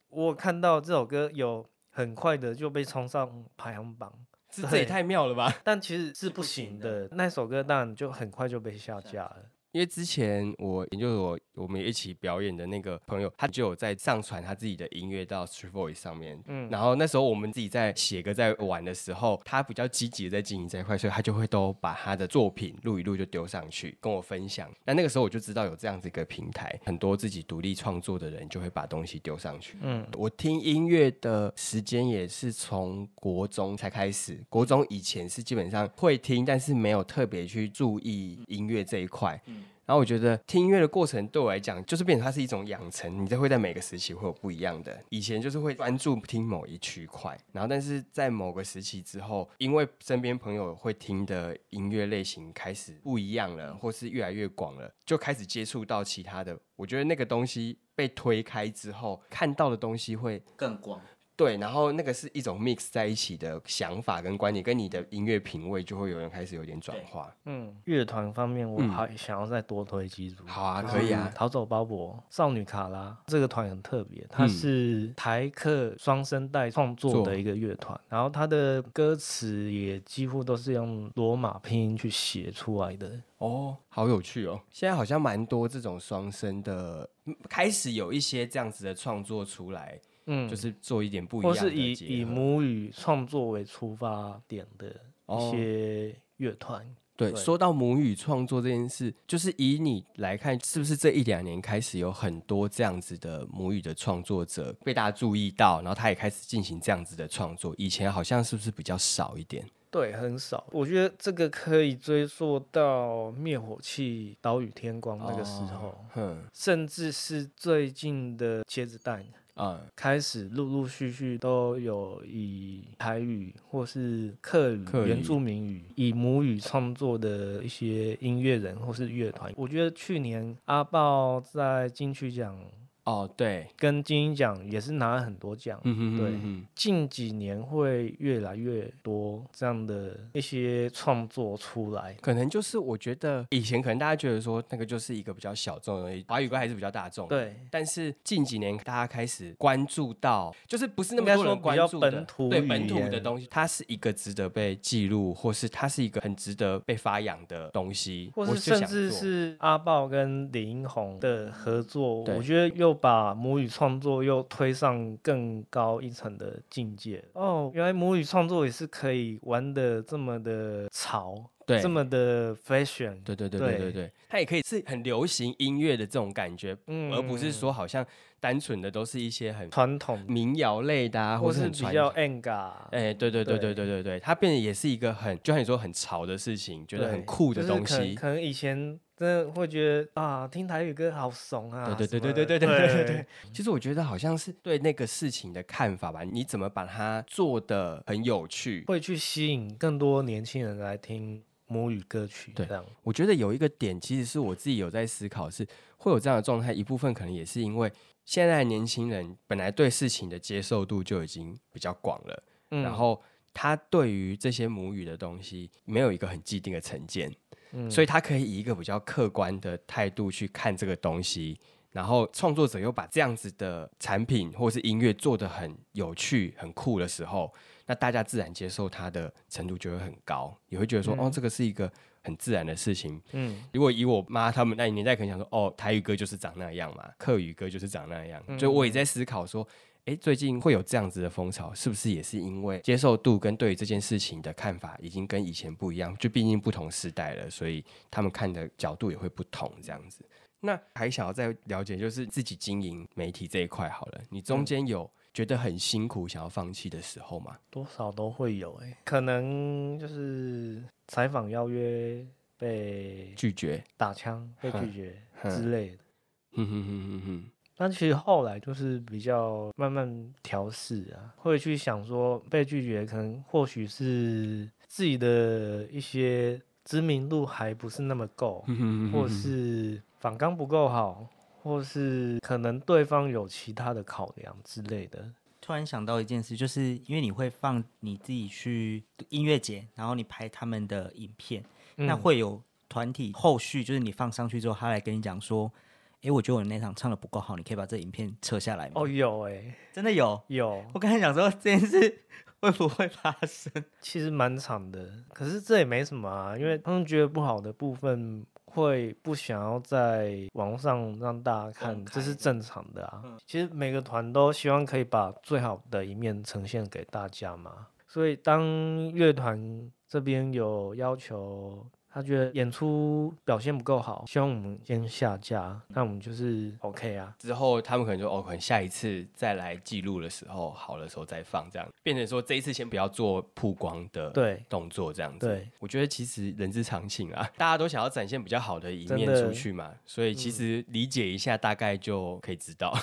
[SPEAKER 3] 我看到这首歌有很快的就被冲上排行榜，
[SPEAKER 1] 这这也
[SPEAKER 3] 对
[SPEAKER 1] 太妙了吧！
[SPEAKER 3] 但其实是
[SPEAKER 2] 不
[SPEAKER 3] 不
[SPEAKER 2] 行
[SPEAKER 3] 行的。那首歌当然就很快就被下架了。
[SPEAKER 1] 因为之前我研究所我们一起表演的那个朋友，他就有在上传他自己的音乐到 Street Voice 上面。嗯，
[SPEAKER 3] 嗯
[SPEAKER 1] 然后那时候我们自己在写歌在玩的时候，他比较积极的在经营这一块，所以他就会都把他的作品录一录就丢上去跟我分享。那那个时候我就知道有这样子一个平台，很多自己独立创作的人就会把东西丢上去。
[SPEAKER 3] 嗯，
[SPEAKER 1] 我听音乐的时间也是从国中才开始，国中以前是基本上会听，但是没有特别去注意音乐这一块。然后我觉得听音乐的过程对我来讲，就是变成它是一种养成，你在会在每个时期会有不一样的。以前就是会专注听某一区块，然后但是在某个时期之后，因为身边朋友会听的音乐类型开始不一样了，或是越来越广了，就开始接触到其他的。我觉得那个东西被推开之后，看到的东西会
[SPEAKER 2] 更广，
[SPEAKER 1] 对，然后那个是一种 mix 在一起的想法跟观点，跟你的音乐品味就会有人开始有点转化。
[SPEAKER 3] 嗯，乐团方面，我
[SPEAKER 1] 嗯
[SPEAKER 3] 还想要再多推几组。
[SPEAKER 1] 好啊，
[SPEAKER 3] 就
[SPEAKER 1] 可以啊
[SPEAKER 3] 是。嗯逃走包勃、少女卡拉这个团很特别，它
[SPEAKER 1] 嗯
[SPEAKER 3] 是台客双声带创作
[SPEAKER 1] 做
[SPEAKER 3] 的一个乐团，然后它的歌词也几乎都是用罗马拼音去写出来的。
[SPEAKER 1] 哦，好有趣哦！现在好像蛮多这种双声的，嗯开始有一些这样子的创作出来，
[SPEAKER 3] 嗯，
[SPEAKER 1] 就是做一点不一
[SPEAKER 3] 或
[SPEAKER 1] 样的
[SPEAKER 3] 是以以
[SPEAKER 1] 结合。
[SPEAKER 3] 母语创作为出发点的
[SPEAKER 1] 哦
[SPEAKER 3] 一些乐团。
[SPEAKER 1] 对，
[SPEAKER 3] 对
[SPEAKER 1] 说到母语创作这件事，就是以你来看，是不是这一两年开始有很多这样子的母语的创作者被大家注意到，然后他也开始进行这样子的创作？以前好像是不是比较少一点？
[SPEAKER 3] 对，很少。我觉得这个可以追溯到灭火器、岛屿天光那个时候，
[SPEAKER 1] 哦哼，
[SPEAKER 3] 甚至是最近的茄子蛋，
[SPEAKER 1] 嗯，
[SPEAKER 3] 开始陆陆续续都有以台语或是客语、
[SPEAKER 1] 客语
[SPEAKER 3] 原住民语以母语创作的一些音乐人或是乐团。我觉得去年阿豹在金曲奖
[SPEAKER 1] 哦，对，
[SPEAKER 3] 跟金鹰奖也是拿了很多奖。
[SPEAKER 1] 嗯哼
[SPEAKER 3] 对
[SPEAKER 1] 嗯哼
[SPEAKER 3] 近几年会越来越多这样的一些创作出来，
[SPEAKER 1] 可能就是我觉得以前可能大家觉得说那个就是一个比较小众的东西，华语歌还是比较大众。。
[SPEAKER 3] 对，
[SPEAKER 1] 但是近几年大家开始关注到，就是不是那么
[SPEAKER 3] 应该
[SPEAKER 1] 多人
[SPEAKER 3] 说
[SPEAKER 1] 关
[SPEAKER 3] 比较
[SPEAKER 1] 注的
[SPEAKER 3] 本土
[SPEAKER 1] 对
[SPEAKER 3] 语
[SPEAKER 1] 本土的
[SPEAKER 3] 言
[SPEAKER 1] 东西，它是一个值得被记录，或是它是一个很值得被发扬的东西，
[SPEAKER 3] 或
[SPEAKER 1] 我
[SPEAKER 3] 是
[SPEAKER 1] 就
[SPEAKER 3] 甚
[SPEAKER 1] 想
[SPEAKER 3] 至
[SPEAKER 1] 做
[SPEAKER 3] 是阿豹跟李英宏的合作，
[SPEAKER 1] 对
[SPEAKER 3] 我觉得又把母语创作又推上更高一层的境界。哦，原来母语创作也是可以玩的这么的潮，
[SPEAKER 1] 对
[SPEAKER 3] 这么的 fashion，
[SPEAKER 1] 对对对对对
[SPEAKER 3] 对
[SPEAKER 1] 对，它也可以是很流行音乐的这种感觉，
[SPEAKER 3] 嗯
[SPEAKER 1] 而不是说好像单纯的都是一些很
[SPEAKER 3] 传统，
[SPEAKER 1] 民谣类的啊，
[SPEAKER 3] 或
[SPEAKER 1] 是
[SPEAKER 3] 是
[SPEAKER 1] 很
[SPEAKER 3] 比
[SPEAKER 1] 传
[SPEAKER 3] 较
[SPEAKER 1] 统
[SPEAKER 3] anga，
[SPEAKER 1] 哎、对对对对对对对，它变得也是一个很，就像你说很潮的事情，觉得很
[SPEAKER 3] 对
[SPEAKER 1] 酷的
[SPEAKER 3] 就是
[SPEAKER 1] 东
[SPEAKER 3] 可能
[SPEAKER 1] 西。
[SPEAKER 3] 可能以前真的会觉得啊，听台语歌好怂啊，
[SPEAKER 1] 对对对对
[SPEAKER 3] 什
[SPEAKER 1] 对对
[SPEAKER 3] 么的
[SPEAKER 1] 对对对
[SPEAKER 3] 对。
[SPEAKER 1] 其实我觉得好像是对那个事情的看法吧，你怎么把它做的很有趣？
[SPEAKER 3] 会去吸引更多年轻人来听母语歌曲，
[SPEAKER 1] 对
[SPEAKER 3] 这样
[SPEAKER 1] 我觉得有一个点，其实是我自己有在思考是，会有这样的状态，一部分可能也是因为现在的年轻人本来对事情的接受度就已经比较广了，
[SPEAKER 3] 嗯
[SPEAKER 1] 然后他对于这些母语的东西没有一个很既定的成见，
[SPEAKER 3] 嗯
[SPEAKER 1] 所以他可以以一个比较客观的态度去看这个东西。然后创作者又把这样子的产品或是音乐做得很有趣、很酷的时候，那大家自然接受它的程度就会很高，也会觉得说，哦，这个是一个很自然的事情。
[SPEAKER 3] 嗯，
[SPEAKER 1] 如果以我妈他们那年代，可能想说，哦，台语歌就是长那样嘛，客语歌就是长那样。
[SPEAKER 3] 嗯
[SPEAKER 1] 所以我也在思考说，诶，最近会有这样子的风潮，是不是也是因为接受度跟对于这件事情的看法已经跟以前不一样？就毕竟不同时代了，所以他们看的角度也会不同，这样子。那还想要再了解，就是自己经营媒体这一块好了，你
[SPEAKER 3] 嗯
[SPEAKER 1] 中间有觉得很辛苦、想要放弃的时候吗？
[SPEAKER 3] 多少都会有哎、可能就是采访邀约被
[SPEAKER 1] 拒绝，
[SPEAKER 3] 打枪、被拒绝之类的。
[SPEAKER 1] 哼哼哼哼哼，
[SPEAKER 3] 但其实后来就是比较慢慢调试啊，会去想说被拒绝，可能或许是自己的一些知名度还不是那么够，
[SPEAKER 2] 嗯
[SPEAKER 1] 哼哼哼
[SPEAKER 3] 或
[SPEAKER 1] 哼
[SPEAKER 3] 是反刚不够好，或是可能对方有其他的考量之类的。
[SPEAKER 2] 突然想到一件事，就是因为你会放你自己去音乐节，然后你拍他们的影片，那
[SPEAKER 3] 嗯
[SPEAKER 2] 会有团体后续，就是你放上去之后，他来跟你讲说：“诶，我觉得我那场唱的不够好，你可以把这影片撤下来吗？”
[SPEAKER 3] 哦，有哎、
[SPEAKER 2] 真的有。
[SPEAKER 3] 有，
[SPEAKER 2] 我刚才想说这件事会不会发生？
[SPEAKER 3] 其实蛮长的，可是这也没什么啊，因为他们觉得不好的部分会不想要在网络上让大家看
[SPEAKER 2] 公，开
[SPEAKER 3] 这是正常的啊。
[SPEAKER 2] 嗯
[SPEAKER 3] 其实每个团都希望可以把最好的一面呈现给大家嘛，所以当乐团这边有要求。他觉得演出表现不够好，希望我们先下架，那我们就是
[SPEAKER 2] 嗯
[SPEAKER 3] OK 啊。
[SPEAKER 1] 之后他们可能就哦，可能下一次再来记录的时候，好的时候再放，这样变成说这一次先不要做曝光
[SPEAKER 2] 嗯
[SPEAKER 1] 的
[SPEAKER 3] 对
[SPEAKER 1] 动作，这样子。
[SPEAKER 3] 对，
[SPEAKER 1] 我觉得其实人之常情啊，大家都想要展现比较好的一面
[SPEAKER 3] 真的嗯
[SPEAKER 1] 出去嘛，所以其实理解一下大概就可以知道。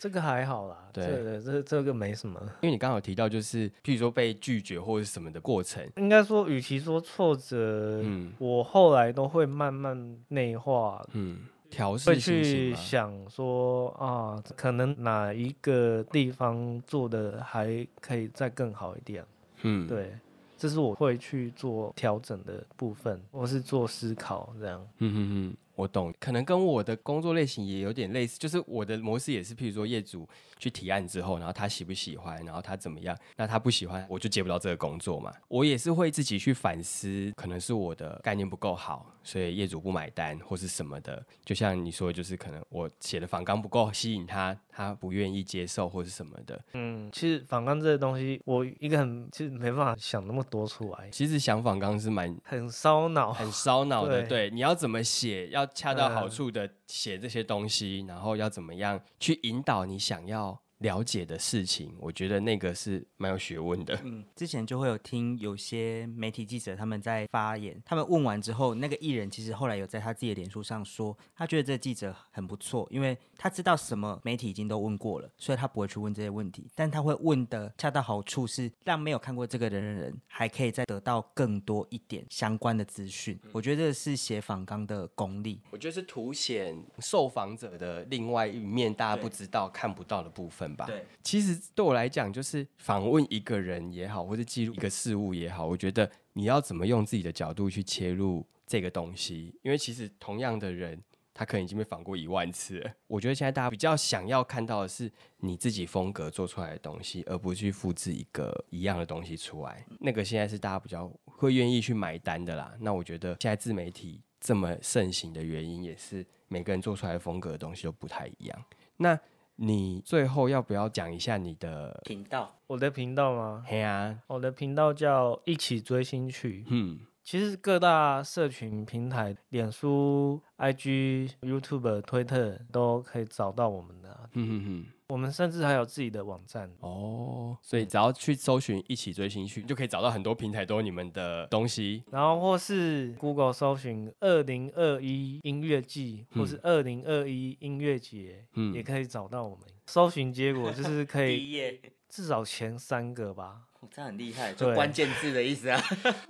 [SPEAKER 3] 这个还好啦，
[SPEAKER 1] 对
[SPEAKER 3] 这个这这个没什么。
[SPEAKER 1] 因为你刚好提到就是，譬如说被拒绝或者是什么的过程，
[SPEAKER 3] 应该说，与其说挫折，
[SPEAKER 1] 嗯
[SPEAKER 3] 我后来都会慢慢内化，
[SPEAKER 1] 嗯，调
[SPEAKER 3] 会
[SPEAKER 1] 试心情
[SPEAKER 3] 去
[SPEAKER 1] 嘛，
[SPEAKER 3] 想说啊，可能哪一个地方做的还可以再更好一点。
[SPEAKER 1] 嗯，
[SPEAKER 3] 对，这是我会去做调整的部分，或是做思考这样。
[SPEAKER 1] 嗯哼哼，我懂，可能跟我的工作类型也有点类似，就是我的模式也是，譬如说业主去提案之后，然后他喜不喜欢，然后他怎么样，那他不喜欢，我就接不到这个工作嘛。我也是会自己去反思，可能是我的概念不够好，所以业主不买单或是什么的。就像你说的，就是可能我写的反纲不够吸引他，他不愿意接受或是什么的。
[SPEAKER 3] 嗯，其实反抗这个东西，我一个人其实没办法想那么多出来，
[SPEAKER 1] 其实想反纲是蛮
[SPEAKER 3] 很烧脑。
[SPEAKER 1] 很烧脑的，
[SPEAKER 3] 对
[SPEAKER 1] 哦对，你要怎么写，要恰到好
[SPEAKER 3] 嗯
[SPEAKER 1] 处的写这些东西，然后要怎么样去引导你想要了解的事情，我觉得那个是蛮有学问的。
[SPEAKER 2] 嗯，之前就会有听有些媒体记者他们在发言，他们问完之后，那个艺人其实后来有在他自己的脸书上说，他觉得这记者很不错，因为他知道什么媒体已经都问过了，所以他不会去问这些问题，但他会问的恰到好处，是让没有看过这个的人还可以再得到更多一点相关的资讯。我觉得这是写访纲的功力。
[SPEAKER 1] 我觉得是凸显受访者的另外一面，大家不知道、看不到的部分吧。
[SPEAKER 2] 对，
[SPEAKER 1] 其实对我来讲，就是访问一个人也好，或者记录一个事物也好，我觉得你要怎么用自己的角度去切入这个东西，因为其实同样的人，他可能已经被访过一万次了。我觉得现在大家比较想要看到的是你自己风格做出来的东西，而不是去复制一个一样的东西出来。那个现在是大家比较会愿意去买单的啦。那我觉得现在自媒体这么盛行的原因，也是每个人做出来的风格的东西都不太一样。那你最后要不要讲一下你的？
[SPEAKER 2] 频道
[SPEAKER 3] 我的频道吗？
[SPEAKER 1] 嘿啊，
[SPEAKER 3] 我的频道叫一起追星去。
[SPEAKER 1] 嗯，
[SPEAKER 3] 其实各大社群平台，脸书、IG、YouTube、推特都可以找到我们的啊、
[SPEAKER 1] 嗯哼哼，
[SPEAKER 3] 我们甚至还有自己的网站。
[SPEAKER 1] 哦，所以只要去搜寻一起追星去，就可以找到很多平台都有你们的东西。
[SPEAKER 3] 然后或是 Google 搜寻二零二一音乐季，或是二零二一音乐节，
[SPEAKER 1] 嗯
[SPEAKER 3] 也可以找到我们。搜寻结果就 是可
[SPEAKER 2] 第
[SPEAKER 3] 以
[SPEAKER 2] 一 页，
[SPEAKER 3] 至少前三个吧，
[SPEAKER 2] 哦这很厉害，就
[SPEAKER 3] 对
[SPEAKER 2] 关键字的意思 啊，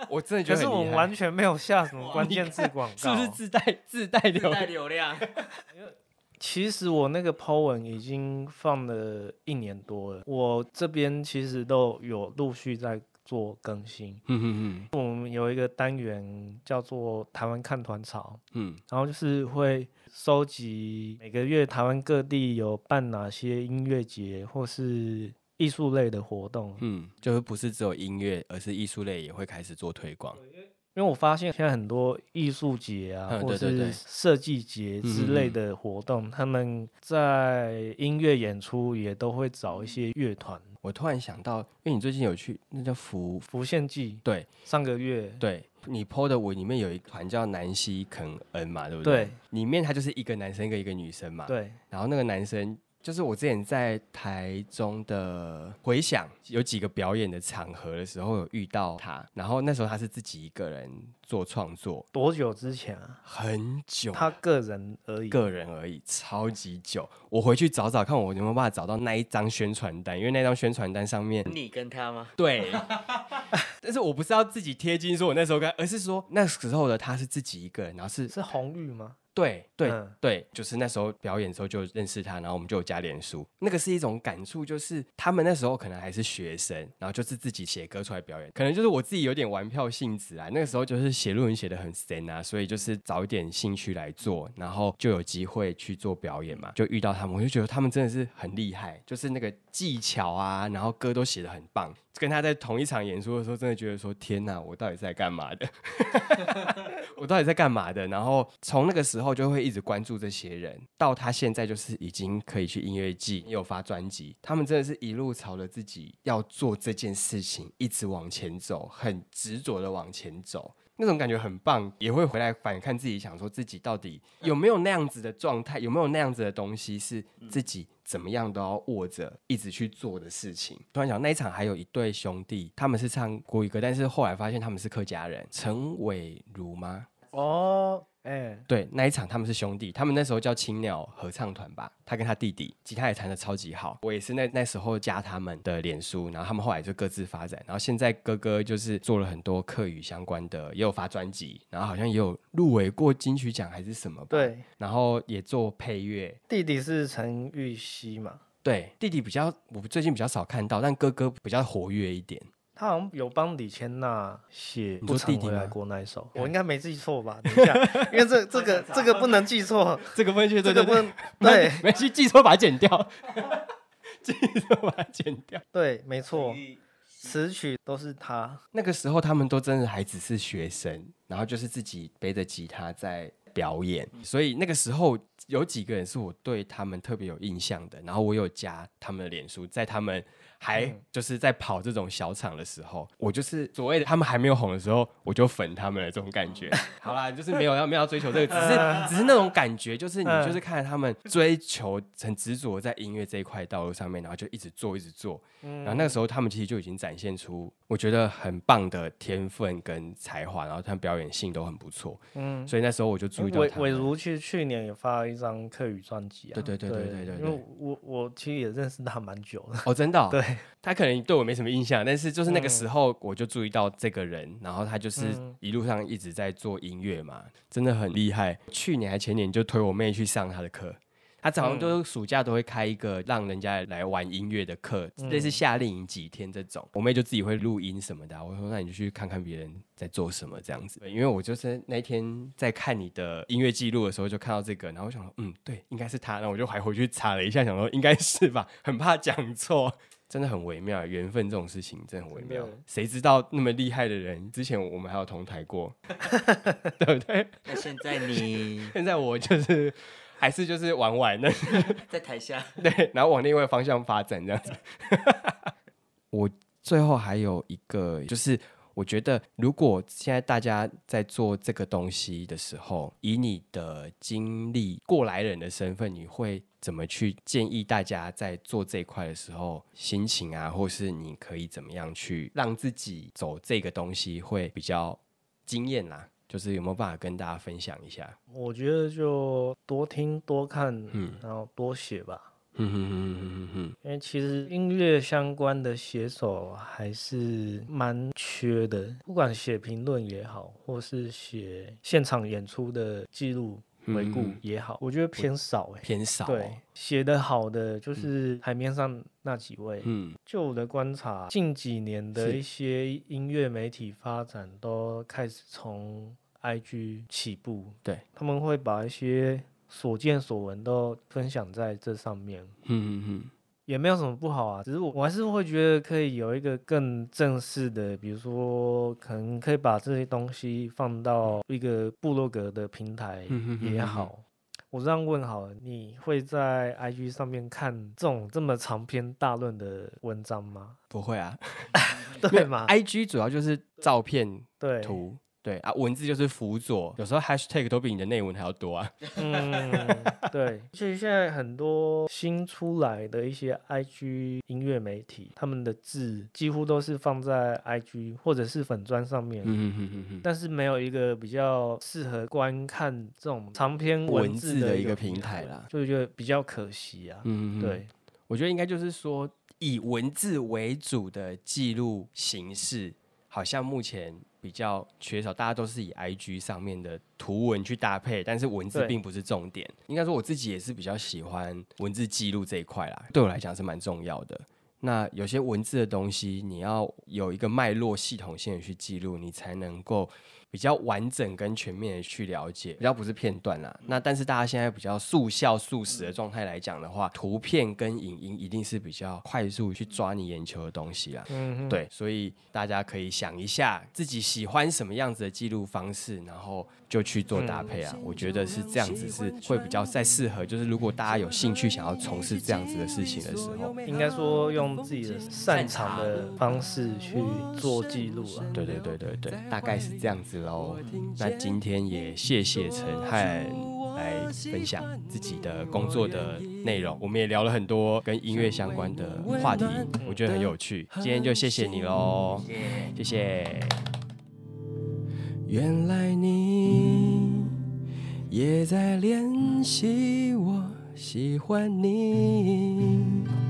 [SPEAKER 1] 我真的觉
[SPEAKER 3] 可
[SPEAKER 1] 得
[SPEAKER 3] 是
[SPEAKER 1] 很
[SPEAKER 3] 我
[SPEAKER 1] 厉
[SPEAKER 3] 们
[SPEAKER 1] 害
[SPEAKER 3] 完全没有下什么
[SPEAKER 2] 哇
[SPEAKER 3] 关
[SPEAKER 1] 你
[SPEAKER 3] 键字广告，
[SPEAKER 1] 是
[SPEAKER 3] 啊
[SPEAKER 1] 不是自带自带
[SPEAKER 2] 自
[SPEAKER 1] 流？
[SPEAKER 2] 带流量。
[SPEAKER 3] 其实我那个 po 文已经放了一年多了，我这边其实都有陆续在做更新。
[SPEAKER 1] 嗯嗯
[SPEAKER 3] 我们有一个单元叫做“台湾看团潮
[SPEAKER 1] 嗯”，
[SPEAKER 3] 然后就是会收集每个月台湾各地有办哪些音乐节或是艺术类的活动。
[SPEAKER 1] 嗯，就是不是只有音乐，而是艺术类也会开始做推广。
[SPEAKER 3] 因为我发现现在很多艺术节啊，
[SPEAKER 1] 嗯
[SPEAKER 3] 或
[SPEAKER 1] 对对对嗯
[SPEAKER 3] 是设计节之类的活动，他们在音乐演出也都会找一些乐团。
[SPEAKER 1] 我突然想到，因为你最近有去那叫福，
[SPEAKER 3] 浮现记
[SPEAKER 1] 对
[SPEAKER 3] 上个月，
[SPEAKER 1] 对，你 PO 的我里面有一团叫南希肯恩嘛，对不
[SPEAKER 3] 对
[SPEAKER 1] 里面他就是一个男生跟一个女生嘛。
[SPEAKER 3] 对，
[SPEAKER 1] 然后那个男生就是我之前在台中的回想有几个表演的场合的时候有遇到他，然后那时候他是自己一个人做创作，
[SPEAKER 3] 多久之前啊？
[SPEAKER 1] 很久，
[SPEAKER 3] 他个人而已。
[SPEAKER 1] 个人而已，超级久。我回去找找看，我有没有办法找到那一张宣传单，因为那张宣传单上面
[SPEAKER 2] 你跟他吗？
[SPEAKER 1] 对， 但是我不是要自己贴金说我那时候该，而是说那时候的他是自己一个人，然后是
[SPEAKER 3] 是红玉吗？
[SPEAKER 1] 对对、
[SPEAKER 3] 嗯
[SPEAKER 1] 对，就是那时候表演的时候就认识他，然后我们就有加脸书，那个是一种感触，就是他们那时候可能还是学生，然后就是自己写歌出来表演，可能就是我自己有点玩票性质啊，那个时候就是写论文写的很深啊，所以就是找一点兴趣来做，然后就有机会去做表演嘛，就遇到他们，我就觉得他们真的是很厉害，就是那个技巧啊，然后歌都写的很棒。跟他在同一场演出的时候，真的觉得说天哪，我到底在干嘛的？我到底在干嘛的？然后从那个时候就会一直关注这些人，到他现在就是已经可以去音乐季，也有发专辑，他们真的是一路朝着自己要做这件事情一直往前走，很执着的往前走。那种感觉很棒，也会回来反看自己，想说自己到底有没有那样子的状态，有没有那样子的东西是自己怎么样都要握着一直去做的事情。突然想那一场还有一对兄弟，他们是唱国语歌，但是后来发现他们是客家人，陈伟如吗？
[SPEAKER 3] 哦，哎、
[SPEAKER 1] 对，那一场他们是兄弟，他们那时候叫青鸟合唱团吧，他跟他弟弟吉他也弹得超级好，我也是那那时候加他们的脸书，然后他们后来就各自发展，然后现在哥哥就是做了很多客语相关的，也有发专辑，然后好像也有入围过金曲奖还是什么吧，，
[SPEAKER 3] 对，
[SPEAKER 1] 然后也做配乐。
[SPEAKER 3] 弟弟是陈玉熙嘛，
[SPEAKER 1] 对，弟弟比较我最近比较少看到，但哥哥比较活跃一点。
[SPEAKER 3] 他好像有帮李千娜写《
[SPEAKER 1] 你
[SPEAKER 3] 不
[SPEAKER 1] 说弟
[SPEAKER 3] 曾
[SPEAKER 1] 弟
[SPEAKER 3] 回来
[SPEAKER 1] 吗哎
[SPEAKER 3] 过》那一首，我应该没记错吧？ 等一下，因为这这个这个不能记错，
[SPEAKER 1] 这个分析，对
[SPEAKER 3] 这个
[SPEAKER 1] 对
[SPEAKER 3] 不
[SPEAKER 1] 对，
[SPEAKER 3] 能对
[SPEAKER 1] 没去记错把它剪掉， 记错把它剪掉。
[SPEAKER 3] 对，没错，词曲都是他。
[SPEAKER 1] 那个时候他们都真的还只是学生，然后就是自己背着吉他在表演，所以那个时候有几个人是我对他们特别有印象的，然后我有加他们的脸书，在他们还就是在跑这种小场的时候，我就是嗯所谓的他们还没有红的时候，我就粉他们的这种感 觉。好啦，就是没有要没有要追求这个，只是只是那种感觉，就是你
[SPEAKER 3] 嗯
[SPEAKER 1] 就是看着他们追求很执着在音乐这一块道路上面，然后就一直做一直做，然后那个时候他们其实就已经展现出我觉得很棒的天分跟才华，然后他们表演性都很不错，
[SPEAKER 3] 嗯，
[SPEAKER 1] 所以那时候我就注意到
[SPEAKER 3] 伟
[SPEAKER 1] 他
[SPEAKER 3] 伟
[SPEAKER 1] 们。
[SPEAKER 3] 如去去年也发了一张客语专辑啊，
[SPEAKER 1] 对对对对对对
[SPEAKER 3] 因为我我其实也认识他蛮久了，
[SPEAKER 1] 哦，真的哦、
[SPEAKER 3] 对
[SPEAKER 1] 他可能对我没什么印象，但是就是那个
[SPEAKER 3] 嗯
[SPEAKER 1] 时候我就注意到这个人，然后他就是
[SPEAKER 3] 嗯
[SPEAKER 1] 一路上一直在做音乐嘛，真的很厉害。去年还前年就推我妹去上他的课，他早上
[SPEAKER 3] 嗯
[SPEAKER 1] 都暑假都会开一个让人家来玩音乐的课，类似夏令营几天这种。我妹就自己会录音什么的啊、我说那你就去看看别人在做什么这样子，对因为我就是那天在看你的音乐记录的时候就看到这个，然后我想说嗯对，应该是他，然后我就还回去查了一下，想说应该是吧，很怕讲错。 真的很微妙，缘分这种事情真的很微妙
[SPEAKER 3] 真的。
[SPEAKER 1] 谁知道那么厉害的人，之前我们还有同台过，对不对？
[SPEAKER 2] 那现在 你
[SPEAKER 1] 现在我就是还是就是玩玩的，
[SPEAKER 2] 在台下，
[SPEAKER 1] 对，然后往另外 方向发展这样子。我最后还有一个就是。我觉得如果现在大家在做这个东西的时候，以你的经历过来人的身份，你会怎么去建议大家在做这一块的时候心情啊，或是你可以怎么样去让自己走这个东西会比较惊艳啦？就是有没有办法跟大家分享一下？
[SPEAKER 3] 我觉得就多听多看，
[SPEAKER 1] 嗯
[SPEAKER 3] 然后多写吧。
[SPEAKER 1] 嗯哼哼哼哼哼，
[SPEAKER 3] 因为其实音乐相关的写手还是蛮缺的，不管写评论也好，或是写现场演出的记录回顾
[SPEAKER 1] 嗯
[SPEAKER 3] 也好，我觉得偏少哎、
[SPEAKER 1] 偏少、
[SPEAKER 3] 对
[SPEAKER 1] 哦。，
[SPEAKER 3] 写的好的就是台面上那几位。
[SPEAKER 1] 嗯
[SPEAKER 3] 就我的观察，近几年的
[SPEAKER 1] 是
[SPEAKER 3] 一些音乐媒体发展都开始从 IG 起步，
[SPEAKER 1] 对，
[SPEAKER 3] 他们会把一些所见所闻都分享在这上面，
[SPEAKER 1] 嗯嗯
[SPEAKER 3] 也没有什么不好啊。只是我我还是会觉得可以有一个更正式的，比如说可能可以把这些东西放到一个部落格的平台
[SPEAKER 1] 嗯哼
[SPEAKER 3] 也
[SPEAKER 1] 哼哼
[SPEAKER 3] 好。我这样问好了，你会在 IG 上面看这种这么长篇大论的文章吗？
[SPEAKER 1] 不会 啊。
[SPEAKER 3] 对吗？
[SPEAKER 1] I G 主要就是照片
[SPEAKER 3] 对，
[SPEAKER 1] 图，对啊，文字就是辅佐，有时候 Hashtag 都比你的内文还要多啊。
[SPEAKER 3] 嗯，对，其实现在很多新出来的一些 IG 音乐媒体，他们的字几乎都是放在 IG 或者是粉砖上面，
[SPEAKER 1] 嗯哼哼哼哼，
[SPEAKER 3] 但是没有一个比较适合观看这种长篇
[SPEAKER 1] 文
[SPEAKER 3] 字
[SPEAKER 1] 字的一
[SPEAKER 3] 一
[SPEAKER 1] 个
[SPEAKER 3] 个
[SPEAKER 1] 平台
[SPEAKER 3] 台
[SPEAKER 1] 啦
[SPEAKER 3] 就觉得比较可惜啊。
[SPEAKER 1] 嗯哼，
[SPEAKER 3] 对，
[SPEAKER 1] 我觉得应该就是说，以文字为主的记录形式，好像目前比较缺少，大家都是以 IG 上面的图文去搭配，但是文字
[SPEAKER 3] 对
[SPEAKER 1] 并不是重点。应该说我自己也是比较喜欢文字记录这一块啦，对我来讲是蛮重要的。那有些文字的东西，你要有一个脉络、系统性的去记录，你才能够比较完整跟全面的去了解，比较不是片段啦。那但是大家现在比较速效速食的状态来讲的话，图片跟影音一定是比较快速去抓你眼球的东西啦。
[SPEAKER 3] 嗯哼，
[SPEAKER 1] 对，所以大家可以想一下自己喜欢什么样子的记录方式，然后就去做搭配啊。我觉得是这样子是会比较再适合，就是如果大家有兴趣想要从事这样子的事情的时候，
[SPEAKER 3] 应该说用自己的擅长的方式去做记录啊。
[SPEAKER 1] 对对对对对，大概是这样子喽。那今天也谢谢陈汉来分享自己的工作的内容，我们也聊了很多跟音乐相关的话题，我觉得很有趣。今天就谢谢你喽，谢谢。原来你也在练习，我喜欢你。